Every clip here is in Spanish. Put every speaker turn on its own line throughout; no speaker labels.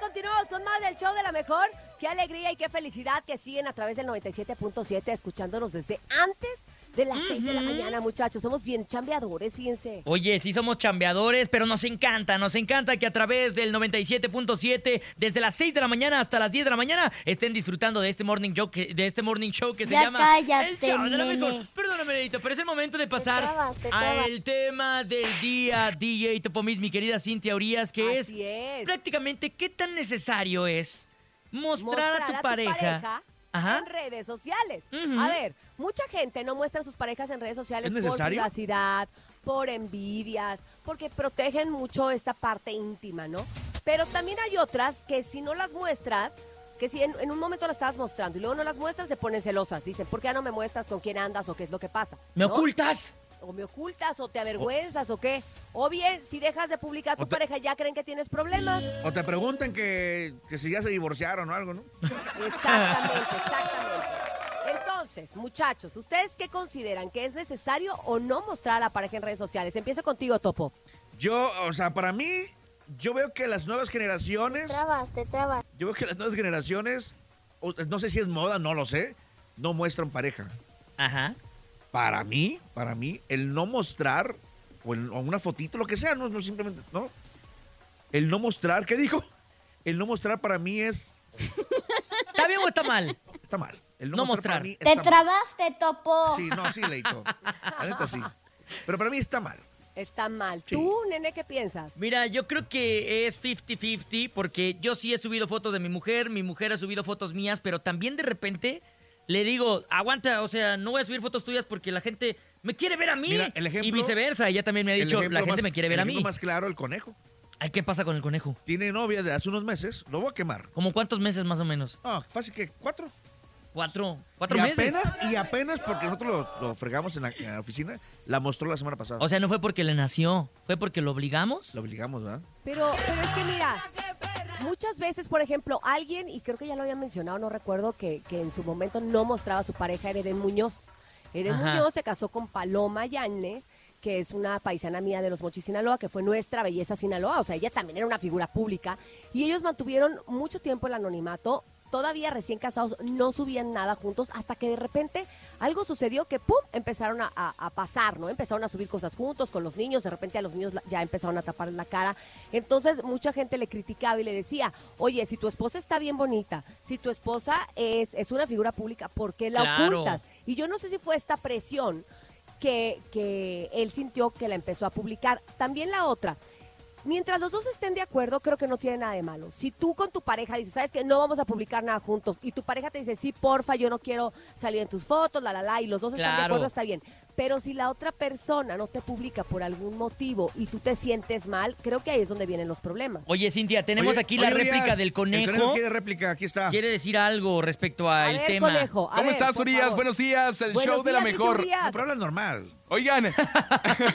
continuamos con más del show de la mejor. Qué alegría y qué felicidad que siguen a través del 97.7 escuchándonos desde antes de las 6 de la mañana, muchachos. Somos bien chambeadores, fíjense.
Oye, sí somos chambeadores, pero nos encanta, nos encanta que a través del 97.7, desde las 6 de la mañana hasta las 10 de la mañana, estén disfrutando de este morning show que, de este morning show que
Ya
se llama
cállate,
El Show de la
nene.
Mejor. Perdóname, Neidito, pero es el momento de pasar
trabas, te trabas.
al tema del día, DJ Topomis, mi querida Cintia Urias, que
Así es.
prácticamente qué tan necesario es mostrar, a tu pareja.
en
Ajá.
redes sociales.
Ujú.
A ver, mucha gente no muestra a sus parejas en redes sociales
¿Es
por
necesario?
privacidad, por envidias, porque protegen mucho esta parte íntima, ¿no? Pero también hay otras que si no las muestras, que si en, en un momento las estabas mostrando y luego no las muestras, se ponen celosas. Dicen, ¿por qué ya no me muestras con quién andas o qué es lo que pasa?
¿Me
¿no?
ocultas?
O me ocultas o te avergüenzas o, qué. O bien, si dejas de publicar a tu
O te-
pareja, ya creen que tienes problemas.
O te preguntan que, que si ya se divorciaron o algo, ¿no?
Exactamente, exactamente. Entonces, muchachos, ¿ustedes qué consideran? ¿Que es necesario o no mostrar a la pareja en redes sociales? Empiezo contigo, Topo.
Yo, o sea, para mí, yo veo que las nuevas generaciones,
Trabas, te trabas.
yo veo que las nuevas generaciones, o- no sé si es moda, no lo sé, no muestran pareja.
Ajá.
Para mí, para mí, el no mostrar, o, el- o una fotito, lo que sea, no, no simplemente, ¿no? El no mostrar, ¿qué dijo? El no mostrar para mí es,
¿Está bien o está mal?
está mal. El no,
No
mostrar,
mostrar.
para mí
Te
está mal.
trabaste, topo.
Sí, no, sí, Leito. La neta sí. Pero para mí está mal.
Está mal.
Sí.
¿Tú, nene, qué piensas?
Mira, yo creo que es 50-50 porque yo sí he subido fotos de mi mujer, mi mujer ha subido fotos mías, pero también de repente le digo, aguanta, o sea, no voy a subir fotos tuyas porque la gente me quiere ver a mí.
Mira, el ejemplo-
y viceversa, ella también me ha
El
dicho,
ejemplo
la gente
más-
me quiere
el
ver a
ejemplo
mí.
más claro, el conejo.
Ay, ¿qué pasa con el conejo?
Tiene novia de hace unos meses, lo voy a quemar.
¿Como cuántos meses más o menos?
Ah, fácil que cuatro.
¿Cuatro? ¿Cuatro
y
meses?
apenas, y apenas porque nosotros lo, lo fregamos en la, en la oficina, la mostró la semana pasada.
O sea, no fue porque le nació, fue porque lo obligamos.
lo obligamos, ¿verdad?
Pero, pero es que mira, muchas veces, por ejemplo, alguien, y creo que ya lo había mencionado, no recuerdo, que, que en su momento no mostraba a su pareja, era Eden Muñoz. Eden
Ajá.
Muñoz se casó con Paloma Yanes, que es una paisana mía de los Mochis Sinaloa, que fue nuestra belleza Sinaloa, o sea, ella también era una figura pública, y ellos mantuvieron mucho tiempo el anonimato. Todavía recién casados no subían nada juntos hasta que de repente algo sucedió que ¡pum! empezaron a, a- a pasar, ¿no? Empezaron a subir cosas juntos con los niños, de repente a los niños la- ya empezaron a tapar la cara. Entonces mucha gente le criticaba y le decía, oye, si tu esposa está bien bonita, si tu esposa es, es una figura pública, ¿por qué la
Claro.
ocultas? Y yo no sé si fue esta presión que, que él sintió que la empezó a publicar. También la otra. Mientras los dos estén de acuerdo, creo que no tiene nada de malo. Si tú con tu pareja dices, sabes que no vamos a publicar nada juntos, y tu pareja te dice, sí, porfa, yo no quiero salir en tus fotos, la, la, la, y los dos están de
Claro.
acuerdo, está bien. Pero si la otra persona no te publica por algún motivo y tú te sientes mal, creo que ahí es donde vienen los problemas.
Oye, Cintia, tenemos
Oye,
aquí la
oye,
réplica
Urias,
del conejo.
El conejo quiere Ah. réplica, aquí está.
Quiere decir algo respecto
A
al
ver,
tema.
conejo, a
¿Cómo
ver,
estás,
por
Urias?
favor.
Buenos días, el
Buenos
show de la
días, dice
mejor.
Urias.
No, pero habla normal.
Oigan,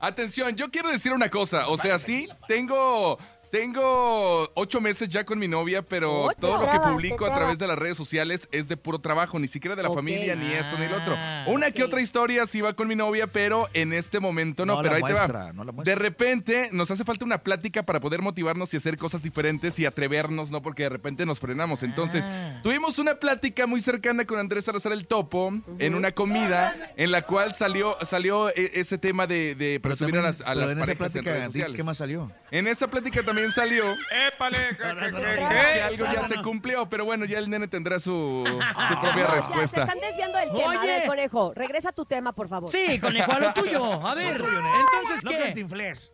atención, yo quiero decir una cosa. O sea, sí, tengo, tengo ocho meses ya con mi novia, pero
Ocho.
todo lo que
Trabas, te
publico a
trabas.
través de las redes sociales es de puro trabajo, ni siquiera de la
Ok.
familia, ni esto, ni el otro.
Ah,
Una que
ok.
otra historia sí va con mi novia, pero en este momento no.
No
pero
la
ahí te
muestra,
va.
no la muestra.
de repente nos hace falta una plática para poder motivarnos y hacer cosas diferentes y atrevernos, ¿no? Porque de repente nos frenamos. Entonces,
Ah.
Tuvimos una plática muy cercana con Andrés Salazar el Topo en una comida en la cual salió, salió e- ese tema de, de
Pero
presumir
también-
a las, a
pero
las
en esa
parejas en
plática,
redes
di
sociales.
¿Qué más salió?
En esa plática también salió
¡Épale! que- que- que-
que
que-
algo ya se cumplió, pero bueno, ya el nene tendrá su,
Ah.
su propia
Ya, se
respuesta.
están desviando del tema. A
Oye.
ver, conejo, regresa a tu tema, por favor.
Sí, conejo, a lo tuyo. A ver, entonces
No
qué.
cantinflés.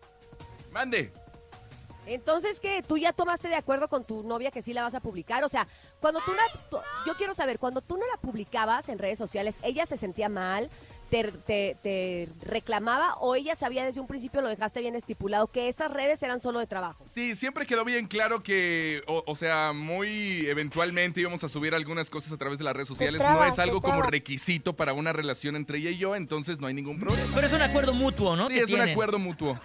Mande.
Entonces, ¿qué? ¿Tú ya tomaste de acuerdo con tu novia que sí la vas a publicar? O sea, cuando tú la... tú- Yo quiero saber, cuando tú no la publicabas en redes sociales, ¿ella se sentía mal? Te, te- te reclamaba o ella sabía desde un principio, lo dejaste bien estipulado, que estas redes eran solo de trabajo?
Sí, siempre quedó bien claro que, o, o sea, muy eventualmente íbamos a subir algunas cosas a través de las redes sociales. no
trabas,
es algo
te
como
trabas.
requisito para una relación entre ella y yo, entonces no hay ningún problema.
Pero es un acuerdo mutuo, ¿no?
Sí,
que
es un
tienen.
acuerdo mutuo.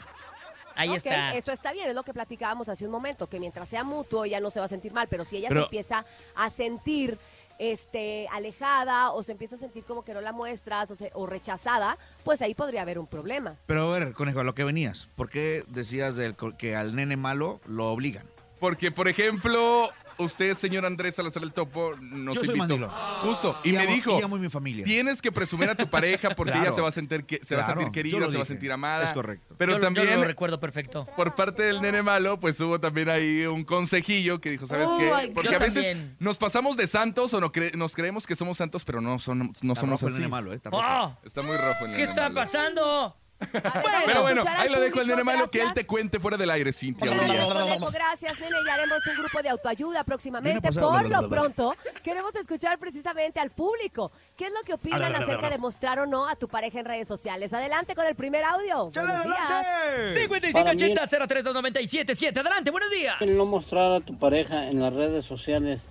Ahí
Ok,
está.
Eso está bien, es lo que platicábamos hace un momento, que mientras sea mutuo ella no se va a sentir mal, pero si ella se
Pero-
empieza a sentir este alejada o se empieza a sentir como que no la muestras o, se- o rechazada, pues ahí podría haber un problema.
Pero a ver, conejo, a lo que venías. ¿Por qué decías del co- que al nene malo lo obligan?
Porque, por ejemplo, usted, señor Andrés Salazar el Topo, nos
Yo soy
invitó.
mandilón.
Justo. Y, me
amo-
dijo.
y amo a mi familia.
Tienes que presumir a tu pareja porque
Claro.
ella se va a sentir, que, se va a
Claro,
sentir
yo lo
querida, se va a
dije.
sentir amada.
Es correcto.
Pero
Yo- yo
también
lo recuerdo perfecto.
por parte del nene malo, pues hubo también ahí un consejillo que dijo, ¿sabes
Oh my
qué?
God.
Porque
Yo
a veces
también.
nos pasamos de santos o no cre- nos creemos que somos santos, pero no, son, no
Está
somos
rojo el
así.
nene malo, ¿eh? Está rojo.
¡Oh!
Está muy rojo el nene
¿Qué está
malo.
pasando?
Pero bueno,
Escuchar
ahí
al
lo dejo el
público,
nene malo, que él
gracias.
te cuente fuera del aire, Cintia.
Lo
Urias.
dejo, lo dejo. Gracias, nene. Y haremos un grupo de autoayuda próximamente.
Viene a
Por
pasar-
lo pronto, queremos escuchar precisamente al público. ¿Qué es lo que opinan acerca de mostrar o no a tu pareja en redes sociales? Adelante con el primer audio. Buenos días.
5580 03297 Adelante, buenos días.
El no mostrar a tu pareja en las redes sociales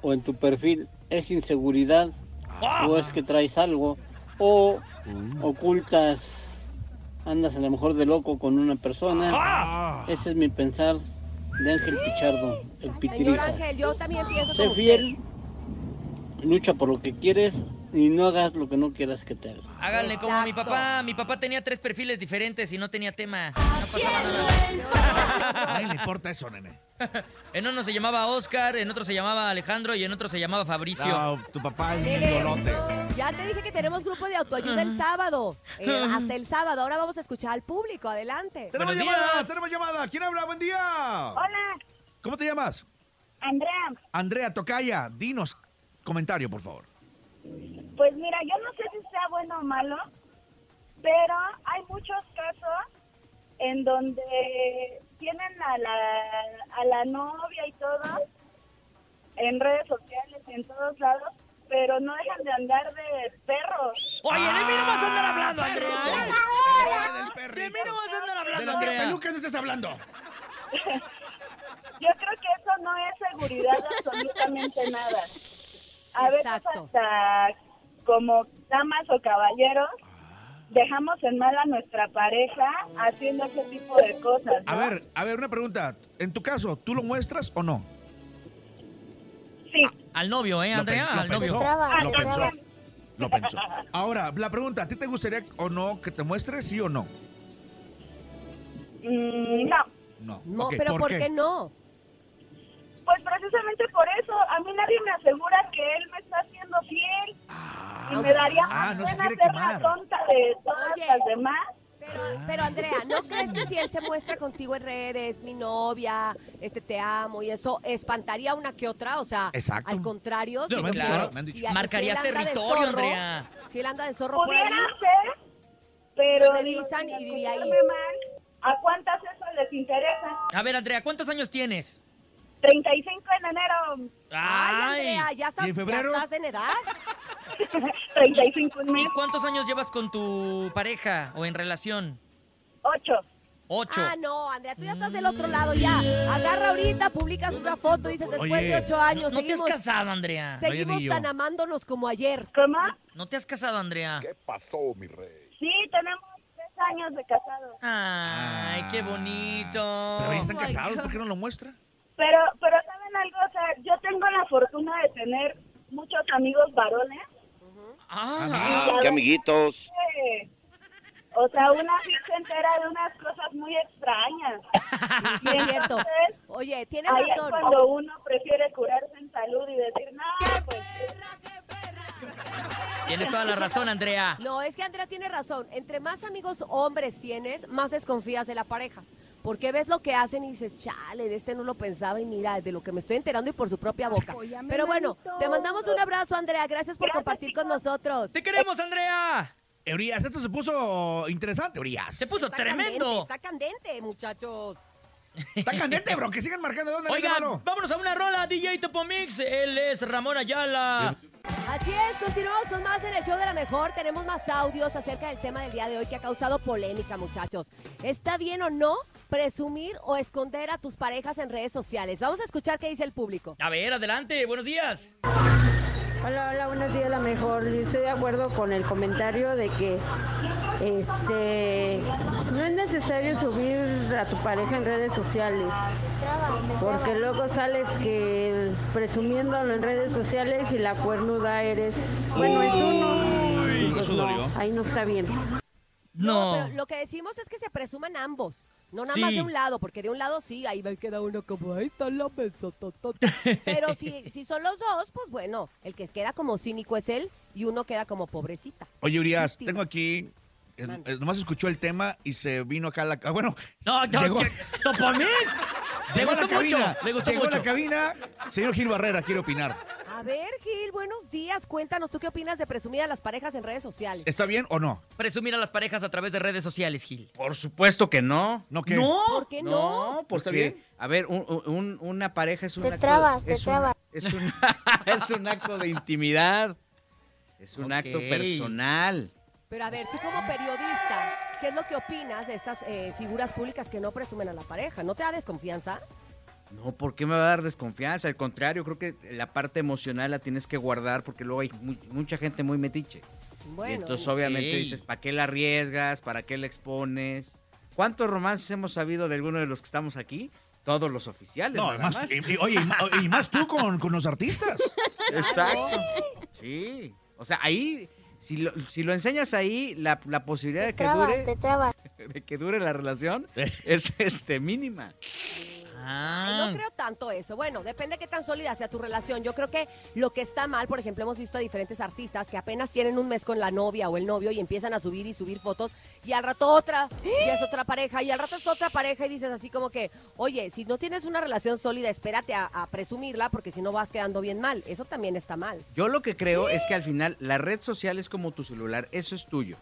o en tu perfil es inseguridad o es que traes algo o ocultas, andas a lo mejor de loco con una persona. Ese es mi pensar de Ángel Pichardo, el
Señor
pitirija.
Ángel, yo también pienso
Sé
como
fiel, lucha por lo que quieres y no hagas lo que no quieras que te hagan.
Háganle como a mi
Exacto.
papá. Mi papá tenía tres perfiles diferentes y no tenía tema. No pasaba nada.
A nadie le importa eso, nene.
En uno se llamaba Oscar, en otro se llamaba Alejandro y en otro se llamaba Fabricio.
No, tu papá es
usted.
un lolote.
Ya te dije que tenemos grupo de autoayuda el sábado. Eh, hasta el sábado. Ahora vamos a escuchar al público. Adelante.
Tenemos
Buenos
llamada,
días.
tenemos llamada. ¿Quién habla? Buen día.
Hola,
¿Cómo te llamas?
Andrea.
Andrea Tocaya, dinos comentario, por favor.
Pues mira, yo no sé si sea bueno o malo, pero hay muchos casos en donde tienen a la, a la novia y todo en redes sociales y en todos lados, pero no dejan de andar de perros.
Oye, de mí no vas a andar hablando, Andrea.
Del perrito.
De mí no vas a andar
De
hablando,
la tía
Andrea.
Peluca no estás hablando.
Yo creo que eso no es seguridad absolutamente nada. A veces
Exacto.
hasta como damas o caballeros dejamos en mal a nuestra pareja haciendo ese tipo de cosas.
A
¿no?
ver, a ver, una pregunta. En tu caso, ¿tú lo muestras o no?
Sí,
Al novio, ¿eh,
Lo pen-
Andrea?
lo
Al
pensó,
novio.
Traba,
Lo pensó.
traba.
Lo pensó. Ahora, la pregunta, ¿a ti te gustaría o no que te muestres, sí o no?
mm, no.
No.
No,
Ok,
pero ¿por, qué? no?
Pues precisamente por eso, a mí nadie me asegura que él me está haciendo fiel y me daría
ah, no se
pena
quiere
ser la
quemar.
tonta de todas
Oye.
las demás.
Pero, pero Andrea,
Ah.
¿no crees que si él se muestra contigo en redes, mi novia, este te amo y eso, espantaría una que otra? O sea,
Exacto.
al contrario,
Sí, me han
que
dicho,
si-
me han dicho.
si él
Marcarías
anda de
territorio,
zorro,
Andrea.
Si él anda de zorro por ahí,
Pudiera ser, pero
Revisan
digo,
y
sin
diría ahí.
escucharme mal, ¿a cuántas eso les interesa?
A ver, Andrea, ¿cuántos años tienes?
35 en enero,
Ay, Andrea, ya
¿Y
estás,
en
ya
febrero?
estás en edad.
35 en
¿Y
mes,
cuántos años llevas con tu pareja o en relación?
8.
Ocho.
Ah, no, Andrea, tú ya estás del
Mm.
otro lado ya. Agarra ahorita, publicas una foto, dices después
Oye,
de ocho años.
No te has
seguimos
casado, Andrea.
Oye,
seguimos
Nillo.
tan amándonos como ayer.
¿Cómo?
No te has casado, Andrea.
Sí, tenemos 3 años de casados.
Ay, qué
Ah. Pero ya
bonito.
están
Oh my
casados,
God.
¿por qué no lo muestra?
Pero, pero ¿saben algo? O sea, yo tengo la fortuna de tener muchos amigos varones.
Ah,
qué amiguitos! O sea, una sí se entera de unas cosas muy extrañas.
Sí, es cierto.
Entonces,
Oye, tienes
Ahí es
razón.
cuando uno prefiere curarse en salud y decir, no, pues...
tienes toda la razón, Andrea.
No, es que Andrea tiene razón. Entre más amigos hombres tienes, más desconfías de la pareja. Porque ves lo que hacen y dices, chale, de este no lo pensaba y mira, de lo que me estoy enterando y por su propia boca. Pero bueno, te mandamos un abrazo, Andrea. Gracias por compartir con nosotros.
¡Te queremos, Andrea!
Urias, esto se puso interesante, Urias.
Se puso
candente,
tremendo.
está candente, muchachos.
Está candente, bro, que sigan marcando. ¿Dónde
Oigan,
hermano?
vámonos a una rola, DJ Topomix. Él es Ramón Ayala.
Así es, continuamos con más en el show de la mejor. Tenemos más audios acerca del tema del día de hoy que ha causado polémica, muchachos. ¿Está bien o no presumir o esconder a tus parejas en redes sociales? Vamos a escuchar qué dice el público.
A ver, adelante, buenos días.
Hola, hola, buenos días, la mejor. Yo Estoy de acuerdo con el comentario de que este no es necesario subir a tu pareja en redes sociales, porque luego sales que el- presumiéndolo en redes sociales y la cuernuda eres. Bueno, es uno. Y pues no, ahí no está bien.
No.
pero lo que decimos es que se presuman ambos. No nada
Sí.
más de un lado, porque de un lado sí, ahí me queda uno como, ahí está la mensototota". Pero si, si son los dos, pues bueno, el que queda como cínico es él y uno queda como pobrecita.
Oye, Urias,
Víctima.
tengo aquí. eh,
Mande.
eh, nomás escuchó el tema y se vino acá a la. ah, Bueno,
No, no,
Llegó.
que- Topomil. Me
llegó a
gustó mucho.
la cabina.
Me gustó
llegó a
mucho.
la cabina. Señor Gil Barrera, quiere opinar.
A ver, Gil, buenos días. Cuéntanos, ¿tú qué opinas de presumir a las parejas en redes sociales?
¿Está bien o no?
Presumir a las parejas a través de redes sociales, Gil.
Por supuesto que no.
¿No qué?
No.
¿Por qué no?
porque, a ver, un- un- una pareja es un
Te
acto...
trabas, te
es un-
trabas.
es, un, es un acto de intimidad. Es un acto
Ok.
personal.
Pero a ver, tú como periodista, ¿qué es lo que opinas de estas eh, figuras públicas que no presumen a la pareja? ¿No te da desconfianza?
No, ¿por qué me va a dar desconfianza? Al contrario, creo que la parte emocional la tienes que guardar porque luego hay mu- mucha gente muy metiche.
Bueno,
y entonces obviamente
ok.
dices, ¿para qué la arriesgas? ¿Para qué la expones? ¿Cuántos romances hemos sabido de alguno de los que estamos aquí? Todos los oficiales.
No,
nada
más-
más.
y- y- oye, y ma- y, más tú con, con los artistas.
Exacto. Sí. O sea, ahí, si lo, si lo enseñas ahí, la, la posibilidad
Te
de que,
trabas,
dure,
te trabas.
de que dure la relación es este mínima.
Ah,
no creo tanto eso. Bueno, depende de qué tan sólida sea tu relación. Yo creo que lo que está mal, por ejemplo, hemos visto a diferentes artistas que apenas tienen un mes con la novia o el novio y empiezan a subir y subir fotos y al rato otra, y es otra pareja, y al rato es otra pareja y dices así como que, oye, si no tienes una relación sólida, espérate a, a presumirla porque si no vas quedando bien mal. Eso también está mal.
Yo lo que creo es que al final la red social es como tu celular, eso es tuyo.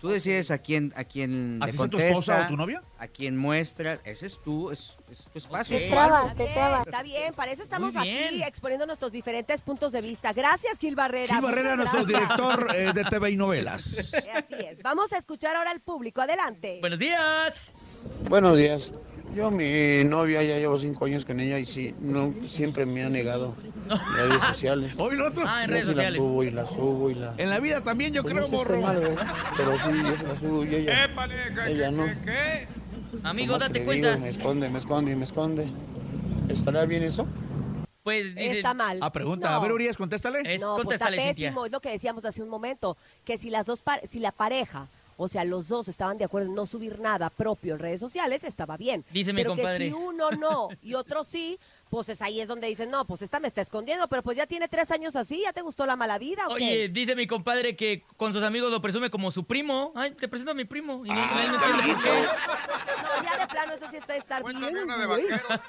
Tú decides a quién, a quién le
¿Así sea tu esposa
contesta,
o tu novia?
a quién muestra, ese es tú, es, es tu espacio.
Te
es tu
trabas.
alma.
Está
te
bien,
trabas.
Está bien, para eso estamos
Muy bien.
aquí exponiendo nuestros diferentes puntos de vista. Gracias, Gil Barrera.
Gil Barrera,
Muchas
nuestro
gracias.
director eh, de TV y novelas.
Así es. Vamos a escuchar ahora al público. Adelante.
Buenos días.
Buenos días. Yo mi novia ya llevo cinco años con ella y sí, no, siempre me ha negado en redes sociales.
Hoy el otro.
Ah, en
Yo
redes
sí la
sociales.
subo y la subo y la...
En la vida también yo
Pues no
creo,
sé, está
morro.
mal, güey, pero sí, yo se la subo y ella...
Épale, ¿qué,
Ella
qué,
no.
qué, qué?
Amigo,
nomás que
date
le
cuenta.
digo, me esconde, me esconde, me esconde. ¿Estará bien eso?
Pues dice,
Está mal.
Ah, pregunta.
No.
A ver, Urias, contéstale.
Eh, Es-
no, pues está
contéstale, Cintia.
pésimo, es lo que decíamos hace un momento, que si las dos par- si la pareja, o sea, los dos estaban de acuerdo en no subir nada propio en redes sociales, estaba bien.
Dice mi
pero
compadre.
que si uno no y otro sí, pues es ahí es donde dicen, no, pues esta me está escondiendo, pero pues ya tiene tres años así, ya te gustó la mala vida, ¿o qué?
oye, dice mi compadre que con sus amigos lo presume como su primo. Ay, te presento a mi primo. Y no, él no entiende por qué.
No, ya de plano eso sí está estar
Cuenta
bien,
llena de
güey.
vaqueros.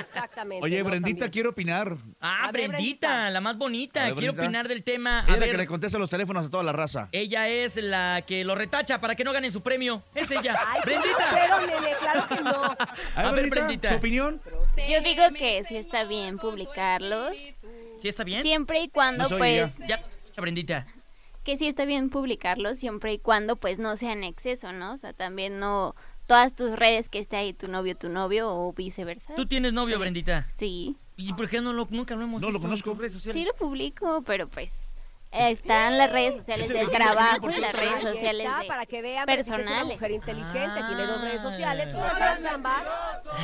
Exactamente.
Oye,
no,
Brendita
también.
quiere opinar.
Ah,
A ver,
Brendita,
Brendita.
la más bonita.
A ver,
Quiero
Brendita.
opinar del tema. Ah,
Ella
A
es la que
ver,
le contesta los teléfonos a toda la raza.
ella es la que lo retacha para que no ganen su premio. Es ella.
Ay, pues,
Brendita.
Pero, nene, claro que no.
A ver, Brendita.
¿Tu opinión?
Yo digo que sí está bien publicarlos.
¿Sí está bien?
Siempre y cuando,
No soy
pues,
Ya, Brendita.
que sí está bien publicarlos, siempre y cuando, pues, no sea en exceso, ¿no? O sea, también no todas tus redes que esté ahí tu novio, tu novio o viceversa.
Tú tienes novio, Brendita.
Sí.
¿Y por qué no lo, nunca lo hemos
No lo
visto en
conozco.
tus redes sociales?
Sí lo publico, pero pues eh, están las redes sociales del trabajo y las redes
Ahí
sociales
está,
de-
para que vean personales. es una
personales.
mujer inteligente,
Ah.
tiene dos redes sociales, una para la chamba,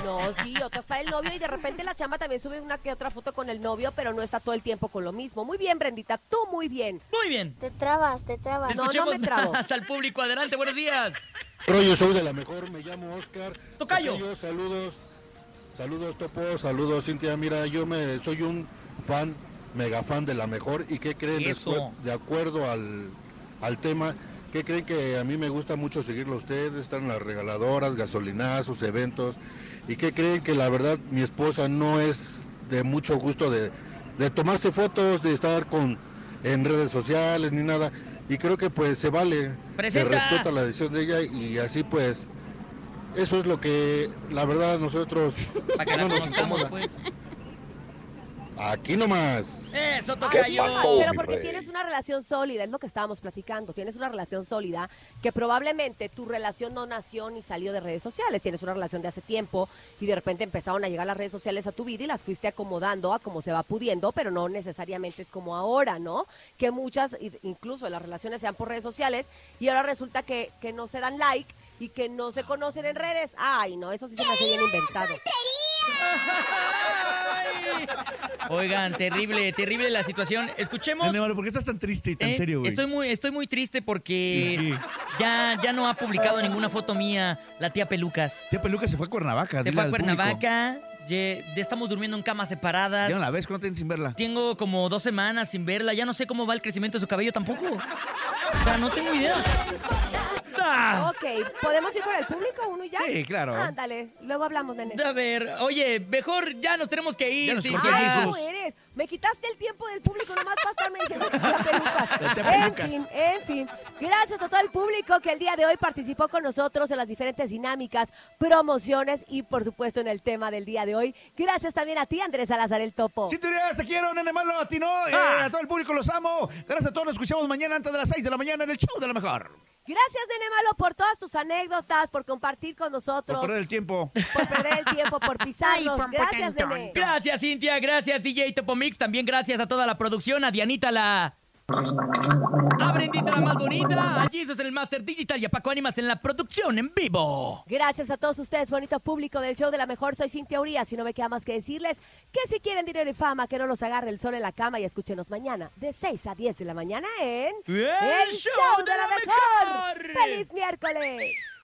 no, sí, otra es para el novio y de repente la chamba también sube una que otra foto con el novio, pero no está todo el tiempo con lo mismo. Muy bien, Brendita, tú muy bien.
Muy bien.
Te trabas, te trabas.
No,
Escuchemos
me trabo.
más al público. Adelante, buenos días.
Oye, soy de la mejor, me llamo Oscar.
Tocayo.
Saludos, saludos Topo, saludos Cintia. Mira, yo me soy un fan, mega fan de la mejor. ¿Y qué creen? De
Eso.
acuer- De acuerdo al, al tema, ¿qué creen que a mí me gusta mucho seguirlo a ustedes? Están las regaladoras, gasolinazos, eventos. ¿Y qué creen que la verdad mi esposa no es de mucho gusto de, de tomarse fotos, de estar con en redes sociales ni nada? Y creo que pues se vale, se
Presenta.
respeta la decisión de ella y así pues eso es lo que eh, la verdad nosotros
Para que la
no nos
conozcamos,
incomoda.
pues.
Aquí nomás.
Eso,
Ay,
tocayo.
pero porque tienes una relación sólida, es lo que estábamos platicando. Tienes una relación sólida que probablemente tu relación no nació ni salió de redes sociales. Tienes una relación de hace tiempo y de repente empezaron a llegar las redes sociales a tu vida y las fuiste acomodando a como se va pudiendo, pero no necesariamente es como ahora, ¿no? Que muchas, i- incluso las relaciones sean por redes sociales y ahora resulta que, que no se dan like y que no se conocen en redes. Ay, no, eso sí se me hace bien inventado.
Oigan, terrible, terrible la situación. Escuchemos.
Nene Malo, ¿por qué estás tan triste y tan
Eh,
serio, güey?
Estoy muy, estoy muy triste porque ya, ya no ha publicado ninguna foto mía la tía Pelucas.
Tía Peluca se fue a Cuernavaca.
Se
dile
fue a
al público.
Cuernavaca, ye- ya estamos durmiendo en camas separadas.
Ya no la ves, ¿cuánto tienen sin verla?
Tengo como dos semanas sin verla, ya no sé cómo va el crecimiento de su cabello tampoco. O sea, no tengo idea. Ah.
Ok, ¿podemos ir con el público uno y ya?
Sí, claro.
Ándale, luego hablamos, nene.
A ver, oye, mejor ya nos tenemos que ir.
Ya nos
sí, Ah.
cortó
ya.
Ay, ¿cómo eres? Ah, Me quitaste el tiempo del público nomás para estarme diciendo que la
La tía
peluca. En
pelucas.
fin, en fin. Gracias a todo el público que el día de hoy participó con nosotros en las diferentes dinámicas, promociones y, por supuesto, en el tema del día de hoy. Gracias también a ti, Andrés Salazar el Topo.
Cinturías, te quiero, nene malo, a ti no, eh,
Ah.
a todo el público los amo. Gracias a todos, nos escuchamos mañana antes de las 6 de la mañana en el show de la mejor.
Gracias, Nene Malo, por todas tus anécdotas, por compartir con
Por
nosotros, por
perder el tiempo.
perder el tiempo, por pisarnos. Gracias, Nene.
Gracias, Cintia. Gracias, DJ Topomix. También gracias a toda la producción, a Dianita la. A Brendita la más bonita, a Jesus en el Master Digital y a Paco Ánimas en la producción en vivo.
Gracias a todos ustedes, bonito público del show de la mejor. Soy Cintia Urias y no me queda más que decirles que si quieren dinero y fama, que no los agarre el sol en la cama y escúchenos mañana de 6 a 10 de la mañana en
El Show de la Mejor.
¡Feliz miércoles!